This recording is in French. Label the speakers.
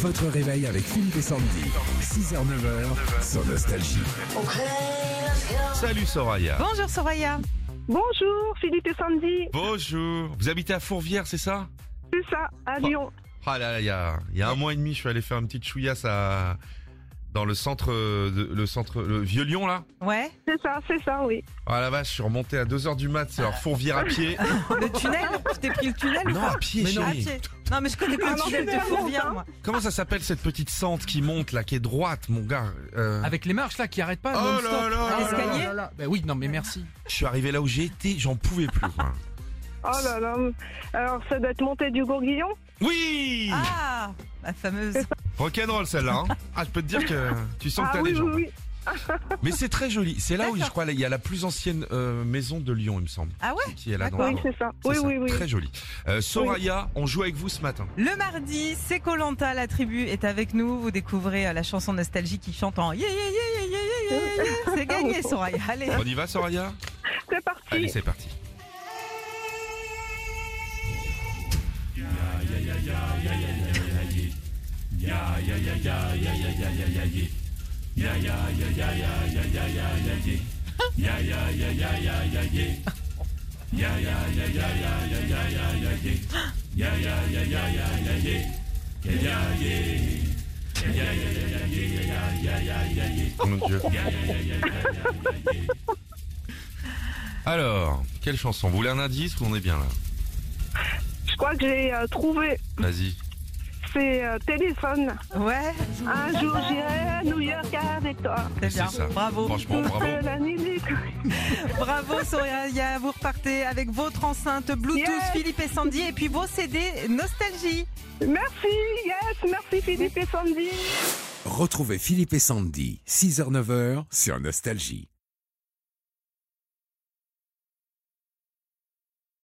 Speaker 1: Votre réveil avec Philippe et Sandy. 6h-9h, sans nostalgie.
Speaker 2: Salut Soraya.
Speaker 3: Bonjour Soraya.
Speaker 4: Bonjour Philippe et Sandy,
Speaker 2: Bonjour. Vous habitez à Fourvière, c'est ça
Speaker 4: c'est ça, à Lyon.
Speaker 2: Ah là là, il y a, il y a un mois et demi, je suis allé faire une petite chouillasse à dans le centre, euh, de- le centre, le vieux Lyon là.
Speaker 3: Ouais,
Speaker 4: C'est ça, c'est ça, oui.
Speaker 2: Ah la vache, je suis remonté à 2h du mat, c'est alors Fourvière à pied.
Speaker 3: le tunnel. Tu t'es pris le tunnel ou
Speaker 2: Non,
Speaker 3: pas
Speaker 2: à pied,
Speaker 3: Mais non, à
Speaker 2: chérie.
Speaker 3: pied. Non, mais je connais pas
Speaker 4: Ah
Speaker 3: le
Speaker 4: non,
Speaker 3: tunnel
Speaker 4: c'est
Speaker 3: de
Speaker 4: vraiment
Speaker 3: Fourvière,
Speaker 4: ça.
Speaker 3: moi.
Speaker 2: Comment ça s'appelle cette petite sente qui monte là, qui est droite, mon gars Euh,
Speaker 5: Avec les marches là qui arrêtent pas.
Speaker 2: Oh là
Speaker 5: non-stop.
Speaker 2: là
Speaker 5: Ah
Speaker 3: là là.
Speaker 5: Bah oui, non mais merci.
Speaker 2: Je suis arrivé là où j'ai été, j'en pouvais plus. quoi.
Speaker 4: Oh là là. Alors ça doit être montée du Gourguillon
Speaker 2: Oui.
Speaker 3: Ah, la fameuse.
Speaker 2: Rock'n'roll celle-là. hein. Ah, je peux te dire que tu sens que
Speaker 4: Ah
Speaker 2: t'as
Speaker 4: oui,
Speaker 2: des
Speaker 4: oui,
Speaker 2: jambes.
Speaker 4: oui.
Speaker 2: Mais c'est très joli. C'est là où je
Speaker 3: D'accord.
Speaker 2: crois il y a la plus ancienne euh, maison de Lyon, il me semble.
Speaker 3: Ah ouais
Speaker 2: qui- Qui est là dans
Speaker 3: D'accord.
Speaker 2: le-
Speaker 4: Oui, c'est ça.
Speaker 2: C'est
Speaker 4: Oui,
Speaker 2: ça,
Speaker 4: oui, oui.
Speaker 2: Très joli. Euh, Soraya, on joue avec vous ce matin.
Speaker 3: Le mardi, c'est Colanta, la tribu est avec nous. Vous découvrez euh, la chanson nostalgie qui chante en yeah, yeah, yeah, yeah, yeah, yeah, yeah, yeah.
Speaker 4: Ah,
Speaker 3: C'est gagné, Soraya. Allez.
Speaker 2: On y va, Soraya
Speaker 4: C'est
Speaker 2: Allez,
Speaker 4: parti.
Speaker 2: c'est parti. Mon Dieu. Alors, quelle chanson Vous voulez un indice ou on est bien là
Speaker 4: Je crois que j'ai euh, trouvé.
Speaker 2: Vas-y.
Speaker 4: C'est euh, téléphone.
Speaker 3: Ouais,
Speaker 4: Un jour j'irai à New York avec toi.
Speaker 3: c'est bien.
Speaker 2: ça.
Speaker 3: Bravo.
Speaker 2: Franchement, bravo.
Speaker 4: C'est la musique.
Speaker 3: Bravo, Soraya. Vous repartez avec votre enceinte Bluetooth,
Speaker 4: Yes.
Speaker 3: Philippe et Sandy, et puis vos CD nostalgie.
Speaker 4: Merci, yes, merci Philippe et Sandy.
Speaker 1: Retrouvez Philippe et Sandy, 6h-9h, sur Nostalgie.